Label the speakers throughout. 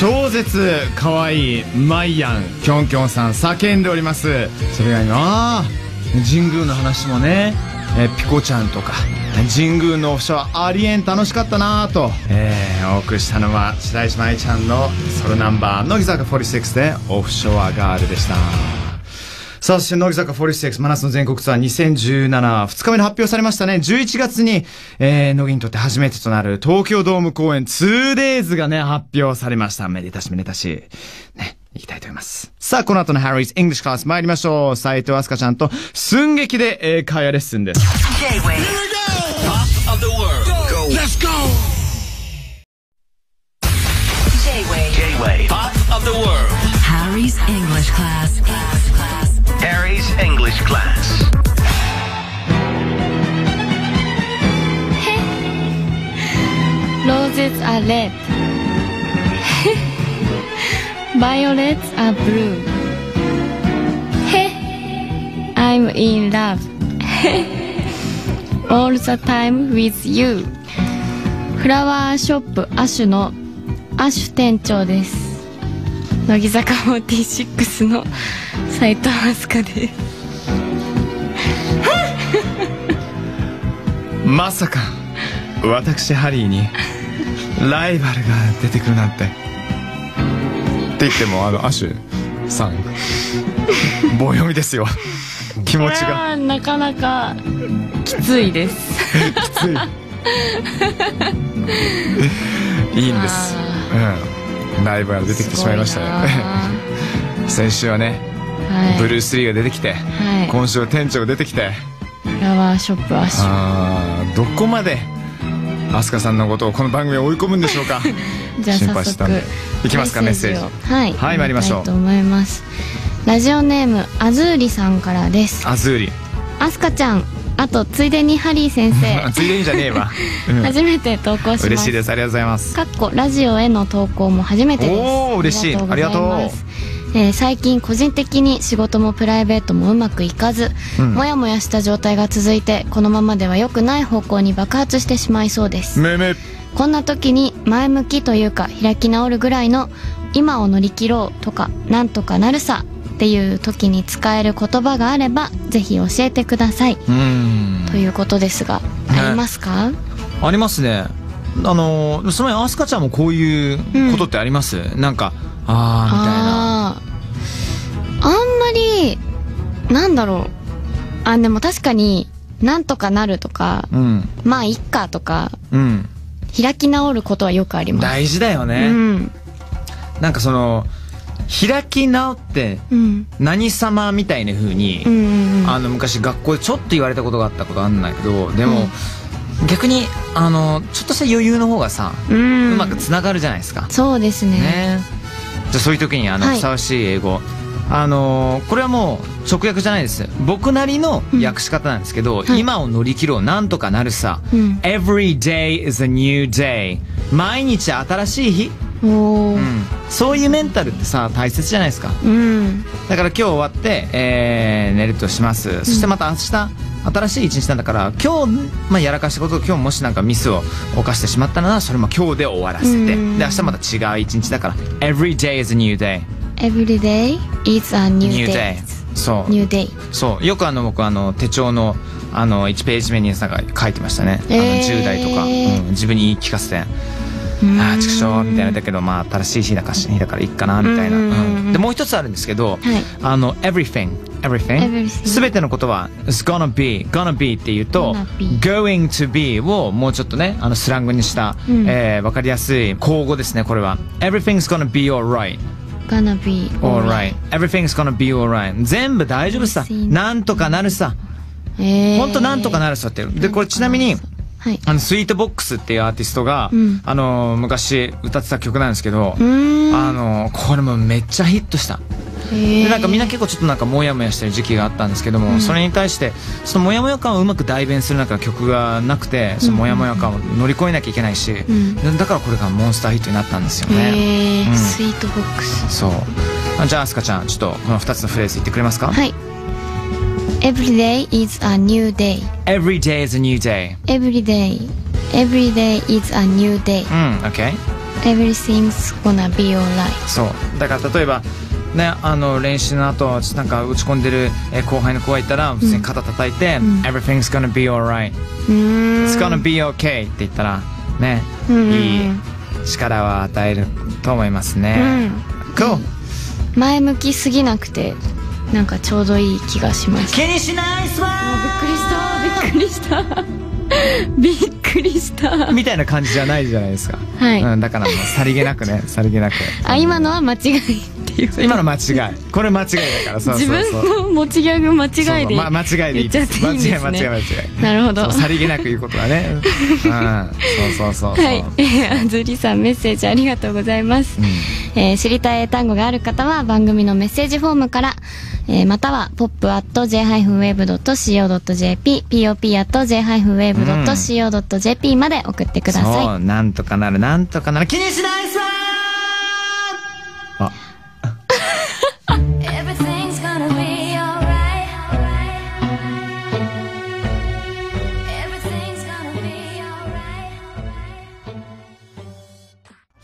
Speaker 1: 超絶可愛いマイアンキョンキョンさん叫んでおりますそれが今神宮の話もね、えーピコちゃんとか神宮のオフショアありえん楽しかったなぁと、えーお送りしたのは白石麻衣ちゃんのソロナンバー乃木坂46でオフショアガールでしたさあ、そして乃木坂46真夏の全国ツアー20172日目に発表されましたね。11月に、えー、乃木にとって初めてとなる東京ドーム公演 2days がね、発表されました。めでたしめでたし。ね、行きたいと思います。さあ、この後の Harry's English Class 参りましょう。斉藤飛鳥ちゃんと寸劇で、えー、会話レッスンです。
Speaker 2: J-Wave. Here we go. Top of the world. Let's go.
Speaker 3: J-Wave.
Speaker 2: J-Wave. Top of the world.
Speaker 3: Harry's English class. class, class.
Speaker 2: Harry's English class.
Speaker 4: ローゼ s are red. Violets are blue. I'm in love. All the time with you. フラワーショップアシュのアシュ店長です。乃木坂46の斉藤飛 鳥です。
Speaker 1: まさか、私ハリー に、ライバルが出てくるなんて。
Speaker 5: って言ってもあのアシュさん
Speaker 1: 棒読みです よ。気持ち
Speaker 4: これ
Speaker 1: が。
Speaker 4: はなかなかきついです。
Speaker 5: いいんですうんライバル出てきてしまいました
Speaker 4: すごい
Speaker 5: ね 先週はね
Speaker 4: なあはい
Speaker 5: ブルース・リーが出てきて、
Speaker 4: はい
Speaker 5: 今週は店長が出てきて
Speaker 4: フラワーショップアシュ
Speaker 5: あーどこまで飛鳥さんのことをこの番組に追い込むんでしょう か
Speaker 4: じゃあ
Speaker 5: 心配
Speaker 4: 早
Speaker 5: したん
Speaker 4: 速
Speaker 5: でいきますかメッセージ
Speaker 4: をはい
Speaker 1: はい参りましょう
Speaker 4: いきたいと思いますラジオネームあずーりさんからです
Speaker 1: アズーリ。
Speaker 4: あすかちゃんあとついでにハリー先生
Speaker 1: ついでにじゃねえわ。うん
Speaker 4: 初めて投稿します
Speaker 1: 嬉しいです。ありがとうございます。
Speaker 4: かっこラジオへの投稿も初めてです
Speaker 1: おー嬉しい
Speaker 4: ありがとうございますえー最近個人的に仕事もプライベートもうまくいかず、
Speaker 1: うん
Speaker 4: もやもやした状態が続いてこのままでは良くない方向に爆発してしまいそうです
Speaker 1: めめ。
Speaker 4: こんな時に前向きというか開き直るぐらいの「今を乗り切ろう」とか「なんとかなるさ」っていう時に使える言葉があればぜひ教えてください、
Speaker 6: うん
Speaker 4: ということですが、
Speaker 6: ね
Speaker 4: ありますか
Speaker 6: ありますねあのーその前アスカちゃんもこういうことってあります、なんかあ
Speaker 4: あーあんまりなんだろうあでも確かに「なんとかなる」とか
Speaker 6: ーみたいなうん
Speaker 4: 「まあいっか」とか
Speaker 6: うん
Speaker 4: 開き直ることはよくあります
Speaker 6: 大事だよね、
Speaker 4: うん
Speaker 6: なんかその開き直って
Speaker 4: うん
Speaker 6: 何様みたいな風に、
Speaker 4: うんうんうん
Speaker 6: あの昔学校でちょっと言われたことがあったことあるんだけどでも、逆にあのちょっとした余裕の方がさ、
Speaker 4: う
Speaker 6: うんまくつながるじゃないですか
Speaker 4: そうですね
Speaker 6: ねじゃあそういう時にあの、
Speaker 4: はい
Speaker 6: ふさわしい英語あのーこれはもう直訳じゃないです僕なりの訳し方なんですけど、
Speaker 4: はい
Speaker 6: 今を乗り切ろうなんとかなるさ、
Speaker 4: うん
Speaker 6: Every day is a new day 毎日新しい日、
Speaker 4: おー
Speaker 6: そういうメンタルってさ大切じゃないですか
Speaker 4: うん
Speaker 6: だから今日終わって、えー寝るとしますそしてまた明日、新しい一日なんだから今日、まあ、やらかしたこと今日もしなんかミスを犯してしまったならそれも今日で終わらせてで
Speaker 4: うん
Speaker 6: 明日また違う一日だから Every day is a new day
Speaker 4: Every day is a new,
Speaker 6: New day
Speaker 4: day.
Speaker 6: そう
Speaker 4: New day.
Speaker 6: そうよくあの僕あの手帳のあの1ページ目になんか書いてましたね、
Speaker 4: えー
Speaker 6: あの10代とか、うん自分に言い聞かせてああ畜生みたいなだけどまあ新しい日だから日だからいいかなみたいな、
Speaker 4: うんうんうんうん
Speaker 6: うんでもう一つあるんですけど、
Speaker 4: い
Speaker 6: あの everything everything
Speaker 4: Everything
Speaker 6: すべてのことは it's gonna be gonna be っていうと
Speaker 4: Gonna be
Speaker 6: going to be をもうちょっとねあのスラングにした、
Speaker 4: うん
Speaker 6: えーわかりやすい口語ですねこれは everything's gonna be alright
Speaker 4: Gonna be
Speaker 6: alright everything's gonna be alright 全部大丈夫さ
Speaker 4: Everything
Speaker 6: なんとかなるさ
Speaker 4: えー
Speaker 6: 本当なんとかなるさってでこれちなみに
Speaker 4: はい。
Speaker 6: あのスイートボックスっていうアーティストが、
Speaker 4: うん
Speaker 6: あの昔歌ってた曲なんですけど、
Speaker 4: うーん。
Speaker 6: あのこれもめっちゃヒットした、
Speaker 4: へ
Speaker 6: で
Speaker 4: ー
Speaker 6: なんかみんな結構ちょっとなんかモヤモヤしてる時期があったんですけども、それに対してそのモヤモヤ感をうまく代弁するなんか曲がなくてそのモヤモヤ感を乗り越えなきゃいけないし、
Speaker 4: ん
Speaker 6: だからこれがモンスターヒットになったんですよね、
Speaker 4: えー
Speaker 6: うん
Speaker 4: スイートボックス。
Speaker 6: そうあじゃあ飛鳥ちゃんちょっとこの2つのフレーズ言ってくれますか、
Speaker 4: はい。Every day is a new day.
Speaker 6: Every day is a new day
Speaker 4: Every day. Every day is a new day.
Speaker 6: うん OK
Speaker 4: Everything's gonna be alright
Speaker 6: そうだから例えばね、あの練習の後ちょっとなんか打ち込んでる、えー後輩の子がいたら普通に肩叩いて「Everything's gonna be alright」
Speaker 4: うーん
Speaker 6: It's gonna be okay って言ったらね、
Speaker 4: うん
Speaker 6: いい力を与えると思います
Speaker 4: う
Speaker 6: ね。
Speaker 4: ん
Speaker 6: Go!
Speaker 4: 前向きすぎなくてなんかちょうどいい気がします気にしないっすわびっくりしたびっくりしたびっくりし
Speaker 6: みたいな感じじゃないじゃないですか。
Speaker 4: たはい、
Speaker 6: うん、だからもうさりげなく ね、さりげなく。
Speaker 4: あ今のは間違いっていう
Speaker 6: 今の間違い。これ間違いだから、そうそう
Speaker 4: 自
Speaker 6: そう。
Speaker 4: 分の持ちギャグ間違いで
Speaker 6: そうま間違いでいい
Speaker 4: 言っちゃっていいんですね
Speaker 6: 間違い間違い間違い。
Speaker 4: なるほど
Speaker 6: そうさりげなく言うことはね。うん、 そうそうそうそう。
Speaker 4: はい、え ーあずりさんメッセージありがとうございます、えー知りたい英単語がある方は番組のメッセージフォームから、えーまたは pop.j-wave.co.jp pop.j-wave.co.jp まで送ってください、
Speaker 6: そう、なんとかなる、なんとかなる。気にしないっすわーあ、
Speaker 7: Everything's gonna be alright. Everything's gonna be alright.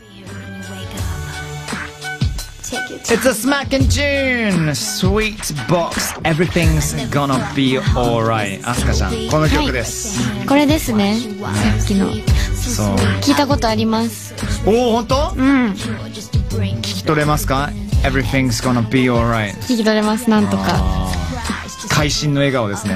Speaker 7: Be here when you wake up. Take your
Speaker 6: It's a smack and tune! Sweet box, everything's gonna be alright. アスカちゃん、この曲です。
Speaker 4: これですねさっきの
Speaker 6: そう。
Speaker 4: 聞いたことあります
Speaker 6: おお、本当
Speaker 4: うん
Speaker 6: 聞き取れますか ?Everything's gonna be alright.
Speaker 4: 聞き取れますなんとか
Speaker 6: 会心の笑顔ですね。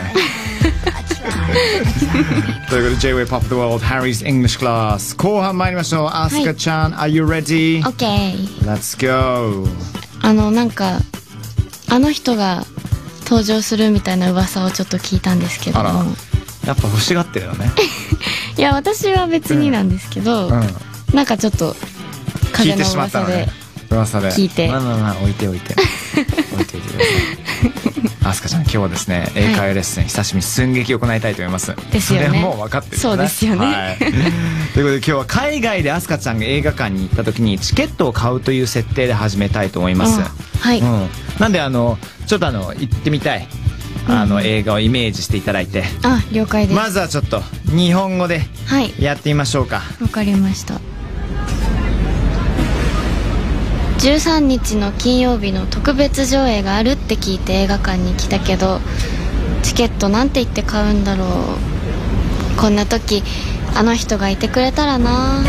Speaker 6: ということで、J-Way Pop the World, Harry's English Class. 後半参りましょう。アスカちゃん、are you ready?
Speaker 4: OK
Speaker 6: Let's go!
Speaker 4: あのなんかあの人が登場するみたいな噂をちょっと聞いたんですけど
Speaker 6: あら
Speaker 4: も
Speaker 6: やっぱ欲しがってるよ ね。
Speaker 4: いや私は別になんですけど、なんかちょっと
Speaker 6: 聞
Speaker 4: 風
Speaker 6: いて
Speaker 4: の
Speaker 6: しまったの
Speaker 4: 噂で
Speaker 6: ね。噂で。
Speaker 4: 聞いて
Speaker 6: まあまあまあ、置いて置いて。置いておいてくだ さい。アスカちゃん、今日はですね、英会話レッスン、久しぶりに寸劇を行いたいと思います。
Speaker 4: ですよね
Speaker 6: それはもう分かってる、
Speaker 4: そうですよね
Speaker 6: はい ということで、今日は海外でアスカちゃんが映画館に行った時に、チケットを買うという設定で始めたいと思います。
Speaker 4: はい、
Speaker 6: うん、なんであのちょっとあの行ってみたいあの、映画をイメージしていただいて
Speaker 4: あ了解です、
Speaker 6: まずはちょっと日本語で
Speaker 4: はい
Speaker 6: やってみましょうか
Speaker 4: わかりました13日の金曜日の特別上映があるって聞いて映画館に来たけどチケットなんて言って買うんだろうこんな時あの人がいてくれたらな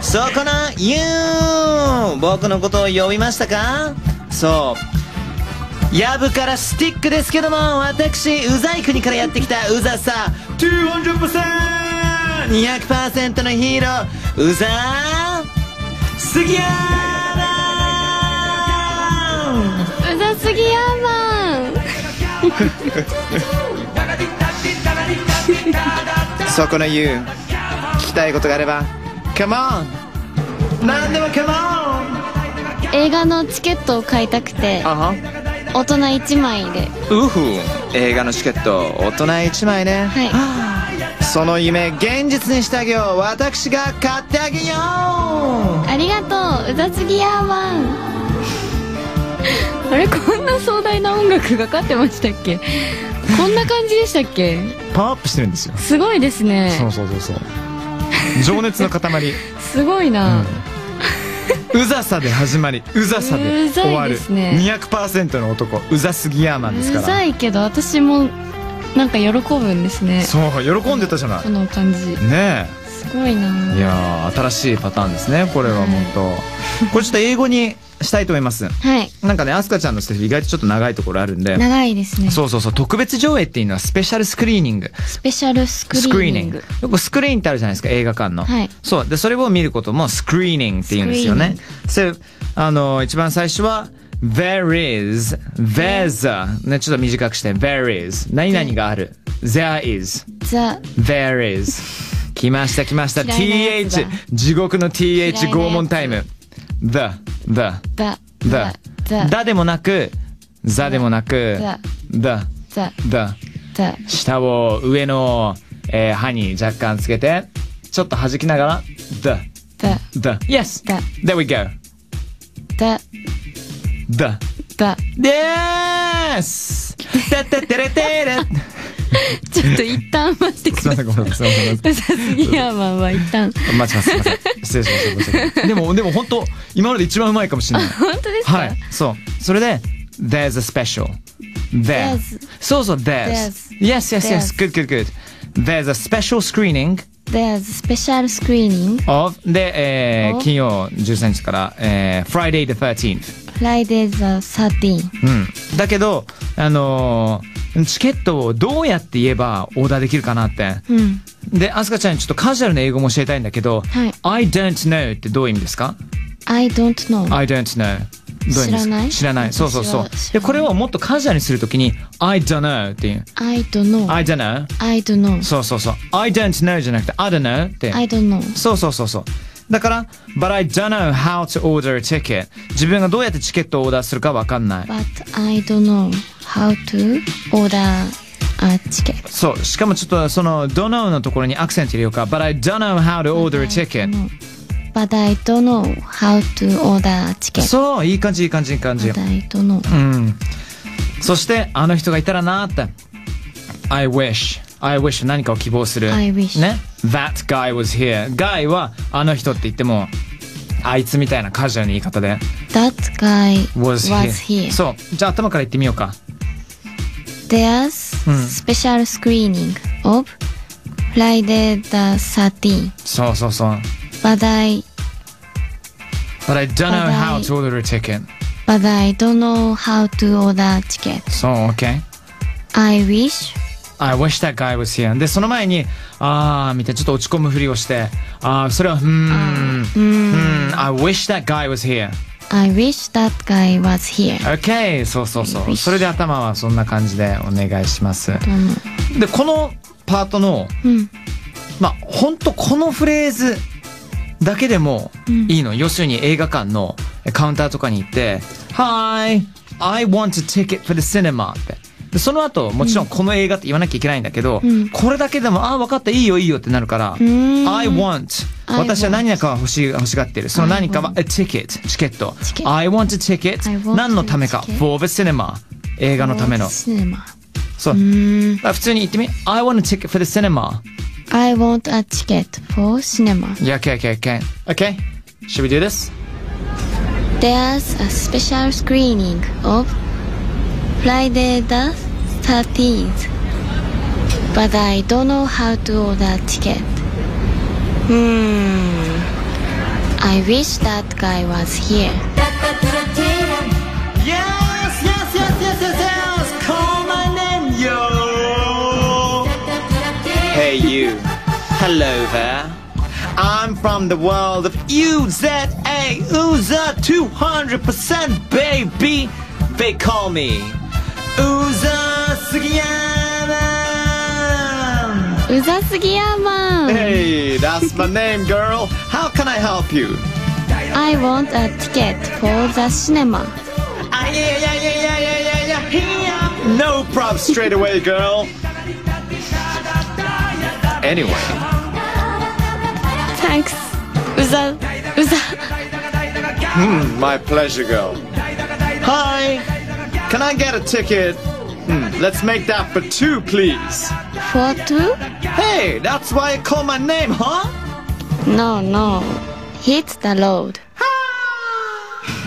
Speaker 6: そこの YOU 僕のことを呼びましたかそうやぶからスティックですけども私うざい国からやってきたうざさ 200%200% のヒーローうざすぎやー
Speaker 4: うざすぎやーマン
Speaker 6: そこの YOU 聞きたいことがあれば Come on 何でも Come on
Speaker 4: 映画のチケットを買いたくて
Speaker 6: あは
Speaker 4: 大人1枚で
Speaker 6: うふ映画のチケット大人1枚ね、
Speaker 4: はい
Speaker 6: その夢現実にしてあげよう私が買ってあげよ
Speaker 4: ありがとううざすぎやーわんあれこんな壮大な音楽がかかってましたっけこんな感じでしたっけ
Speaker 6: うパワーアップしてるんですよ
Speaker 4: すごいですね
Speaker 6: うそうそうそう情熱の塊
Speaker 4: すごいな、
Speaker 6: うざさで始まりうざさで終わ
Speaker 4: うざいで
Speaker 6: る
Speaker 4: すね
Speaker 6: 200%の男うざすぎやーマン
Speaker 4: う
Speaker 6: ですから
Speaker 4: ざいけど私もなんか喜ぶんですね
Speaker 6: そう喜んでたじゃない
Speaker 4: この感じ
Speaker 6: ね
Speaker 4: すごいな
Speaker 6: えいやー新しいパターンですねこれは本当、これちょっと英語にしたいと思います
Speaker 4: はい
Speaker 6: なんかねアスカちゃんのステージ意外とちょっと長いところあるんで
Speaker 4: 長いですね
Speaker 6: そうそうそう特別上映っていうのはスペシャルスクリーニング
Speaker 4: スペシャルスクリ
Speaker 6: スクリ
Speaker 4: ー
Speaker 6: ーニ
Speaker 4: ニ
Speaker 6: ン
Speaker 4: ン
Speaker 6: グ
Speaker 4: グ
Speaker 6: よくスクリーンってあるじゃないですか映画館の、
Speaker 4: はい
Speaker 6: そうでそれを見ることもスクリーニングって言うんですよねであの一番最初は There is, there's a ね、ちょっと短くして There is 何々がある There is,
Speaker 4: ザ
Speaker 6: there is 来ました来ました
Speaker 4: 嫌いなやつだ
Speaker 6: TH 地獄の TH
Speaker 4: 嫌いなやつ
Speaker 6: 拷問タイム The, the,
Speaker 4: ザ
Speaker 6: the
Speaker 4: ザザ
Speaker 6: だでもなく The でもなく The,
Speaker 4: ザ
Speaker 6: the
Speaker 4: ザ
Speaker 6: 下を上の、えー歯に若干つけてちょっと弾きながら「the
Speaker 4: ザ
Speaker 6: the yes
Speaker 4: だ
Speaker 6: there we go
Speaker 4: ザ
Speaker 6: the
Speaker 4: た。
Speaker 6: ですてってってれてれ
Speaker 4: ちょっと一旦待ってください。
Speaker 6: ごめんなさい。
Speaker 4: うさ杉山は一旦。
Speaker 6: 待ちます。すいません失礼しました申し訳ない。でも、でも本当、今まで一番うまいかもしれない。
Speaker 4: 本当ですか、
Speaker 6: はい。そう。それで、there's a special. There.
Speaker 4: There's.
Speaker 6: そうそう、there's.
Speaker 4: There's.
Speaker 6: Yes, yes, yes.
Speaker 4: There's.
Speaker 6: Good, good, good. There's a special screening
Speaker 4: There's special screening
Speaker 6: of で、えー
Speaker 4: Of
Speaker 6: 金曜13日から、えー Friday the 13th。
Speaker 4: Friday the 13th.
Speaker 6: うん。だけど、あのーチケットをどうやって言えばオーダーできるかなって。
Speaker 4: うん。
Speaker 6: で、アスカちゃんにちょっとカジュアルな英語も教えたいんだけど、
Speaker 4: はい
Speaker 6: I don't know ってどういう意味ですか
Speaker 4: I don't know.
Speaker 6: I don't know どうう意味ですか
Speaker 4: 知らない
Speaker 6: 知らないそうそうそう
Speaker 4: 私は知らない
Speaker 6: でこれをもっとカジュアルにするときに I don't know っていう
Speaker 4: I don't know. I,
Speaker 6: I don't know
Speaker 4: don't know.
Speaker 6: そうそうそう I don't know じゃなくて I don't know って
Speaker 4: I don't know.
Speaker 6: そうそうそうそうだから But I don't know how to order a ticket 自分がどうやってチケットをオーダーするかわかんない
Speaker 4: But I don't know how to order a ticket.
Speaker 6: そうしかもちょっとその don't know のところにアクセント入れようか But I don't know how to order a ticket
Speaker 4: But I don't know how to order a ticket.
Speaker 6: そういい感じいい感じいい感じ
Speaker 4: But I don't know.
Speaker 6: うんそしてあの人がいたらなーって I wish I wish 何かを希望する
Speaker 4: I wish
Speaker 6: ね That guy was here guy はあの人って言ってもあいつみたいなカジュアルな言い方で
Speaker 4: That guy
Speaker 6: was here,
Speaker 4: here.
Speaker 6: そうじゃあ頭から言ってみようか
Speaker 4: There's special screening of Friday the 13th.
Speaker 6: そうそうそう
Speaker 4: But I,
Speaker 6: But I don't know
Speaker 4: But
Speaker 6: how
Speaker 4: I-
Speaker 6: to order a ticket
Speaker 4: but I don't know how to order a ticket.
Speaker 6: そう OK
Speaker 4: I wish
Speaker 6: I wish that guy was here でその前にあーみたいなちょっと落ち込むふりをしてあーそれはうーんうーん I wish that guy was here
Speaker 4: I wish that guy was here.
Speaker 6: OK そうそうそ
Speaker 4: Very
Speaker 6: うそれで頭はそんな感じでお願いしますで
Speaker 4: どの
Speaker 6: このパートの
Speaker 4: うん。
Speaker 6: まあほんとこのフレーズだけでもいいの、要するに映画館のカウンターとかに行って「Hi I want a ticket for the cinema」ってでその後もちろんこの映画って言わなきゃいけないんだけど、
Speaker 4: ん
Speaker 6: これだけでも「ああ分かったいいよいいよ」ってなるから「
Speaker 4: ん
Speaker 6: I want」
Speaker 4: I
Speaker 6: 私は何かは欲しい欲しがってるその何かは
Speaker 4: I
Speaker 6: a ticket チケット
Speaker 4: Ticket
Speaker 6: I want a ticket
Speaker 4: I want
Speaker 6: 何のためか
Speaker 4: a ticket
Speaker 6: for the cinema 映画のための
Speaker 4: Cinema.
Speaker 6: そうだから普通に言ってみ I want a ticket for the cinema
Speaker 4: I want a ticket for cinema.
Speaker 6: Yeah, okay, okay, okay. Okay, should we do this?
Speaker 4: There's a special screening of Friday the 13th. But I don't know how to order a ticket. Hmm. I wish that guy was here.
Speaker 6: Yes, yes, yes, yes, yes, yes! Call my name, yo! Hey, you. Hello there. I'm from the world of UZA, UZA 200%, baby! They call me UZA Sugiyama!
Speaker 4: うざすぎやまん
Speaker 6: Hey, that's my name, girl. How can I help you?
Speaker 4: I want a ticket for the cinema.
Speaker 6: Ah, yeah, yeah, yeah, yeah, yeah, yeah, yeah, yeah. No props straight away, girl. Anyway,
Speaker 4: Thanks. うざ、うざ。
Speaker 6: mm, my pleasure, girl. Hi, can I get a ticket? Hmm, let's make that for two, please.
Speaker 4: For two?
Speaker 6: Hey, that's why you call my name, huh?
Speaker 4: No, no. Hit the road.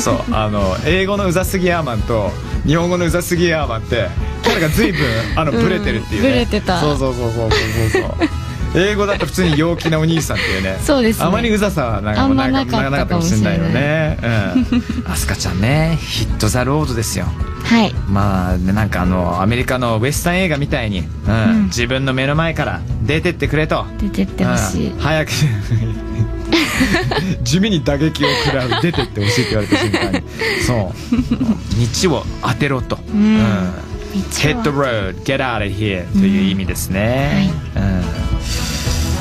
Speaker 5: そうあの英語のうざすぎアーマンと日本語のうざすぎアーマンって彼が随分あのブレてるっていうね、
Speaker 4: ブレてた
Speaker 5: そうそうそうそうそうそうそう英語だと普通に陽気なお兄さんっていうね
Speaker 4: そうですね
Speaker 5: あまりうざさはなんか
Speaker 4: あんま
Speaker 5: なん
Speaker 4: なかった
Speaker 5: なかったかもしれないよねうん
Speaker 6: アスカちゃんね、ヒットザロードですよ。
Speaker 4: はい。
Speaker 6: まあ、ねなんかあの、アメリカのウェスタン映画みたいに、うん、自分の目の前から出てってくれと。
Speaker 4: 出てってほしい
Speaker 6: うん。早く
Speaker 5: 地味に打撃を食らう出てってほしいって言われた瞬間に
Speaker 6: そう道を当てろと、うん
Speaker 4: 道
Speaker 6: Hit
Speaker 4: は
Speaker 6: the road, get out of here という意味ですね、うん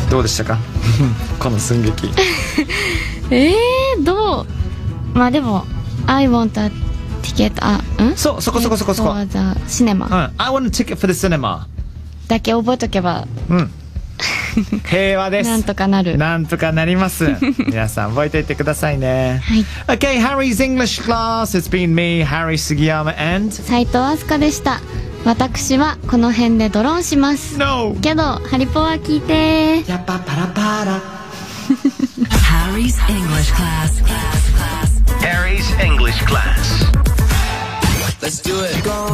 Speaker 6: どうでしたか この寸劇
Speaker 4: えー、どうまあでも、I want a ticket, あ、ん
Speaker 6: そうそこそこそこそこ、うん、
Speaker 4: For
Speaker 6: I
Speaker 4: the cinema
Speaker 6: want a ticket for the cinema
Speaker 4: だけ覚えとけば、
Speaker 6: うん平和です
Speaker 4: なんとかなる。
Speaker 6: なんとかなります 皆さん覚えていてくださいね、Okay Harry's English class It's been me Harry Sugiyama and
Speaker 4: 斉藤飛鳥でした。私はこの辺でドローンします。
Speaker 6: No
Speaker 4: けど、ハリポは聞いて
Speaker 6: やっぱパラパラ
Speaker 3: Harry's English class. class, class.
Speaker 2: Harry's English class. Let's do it. Go.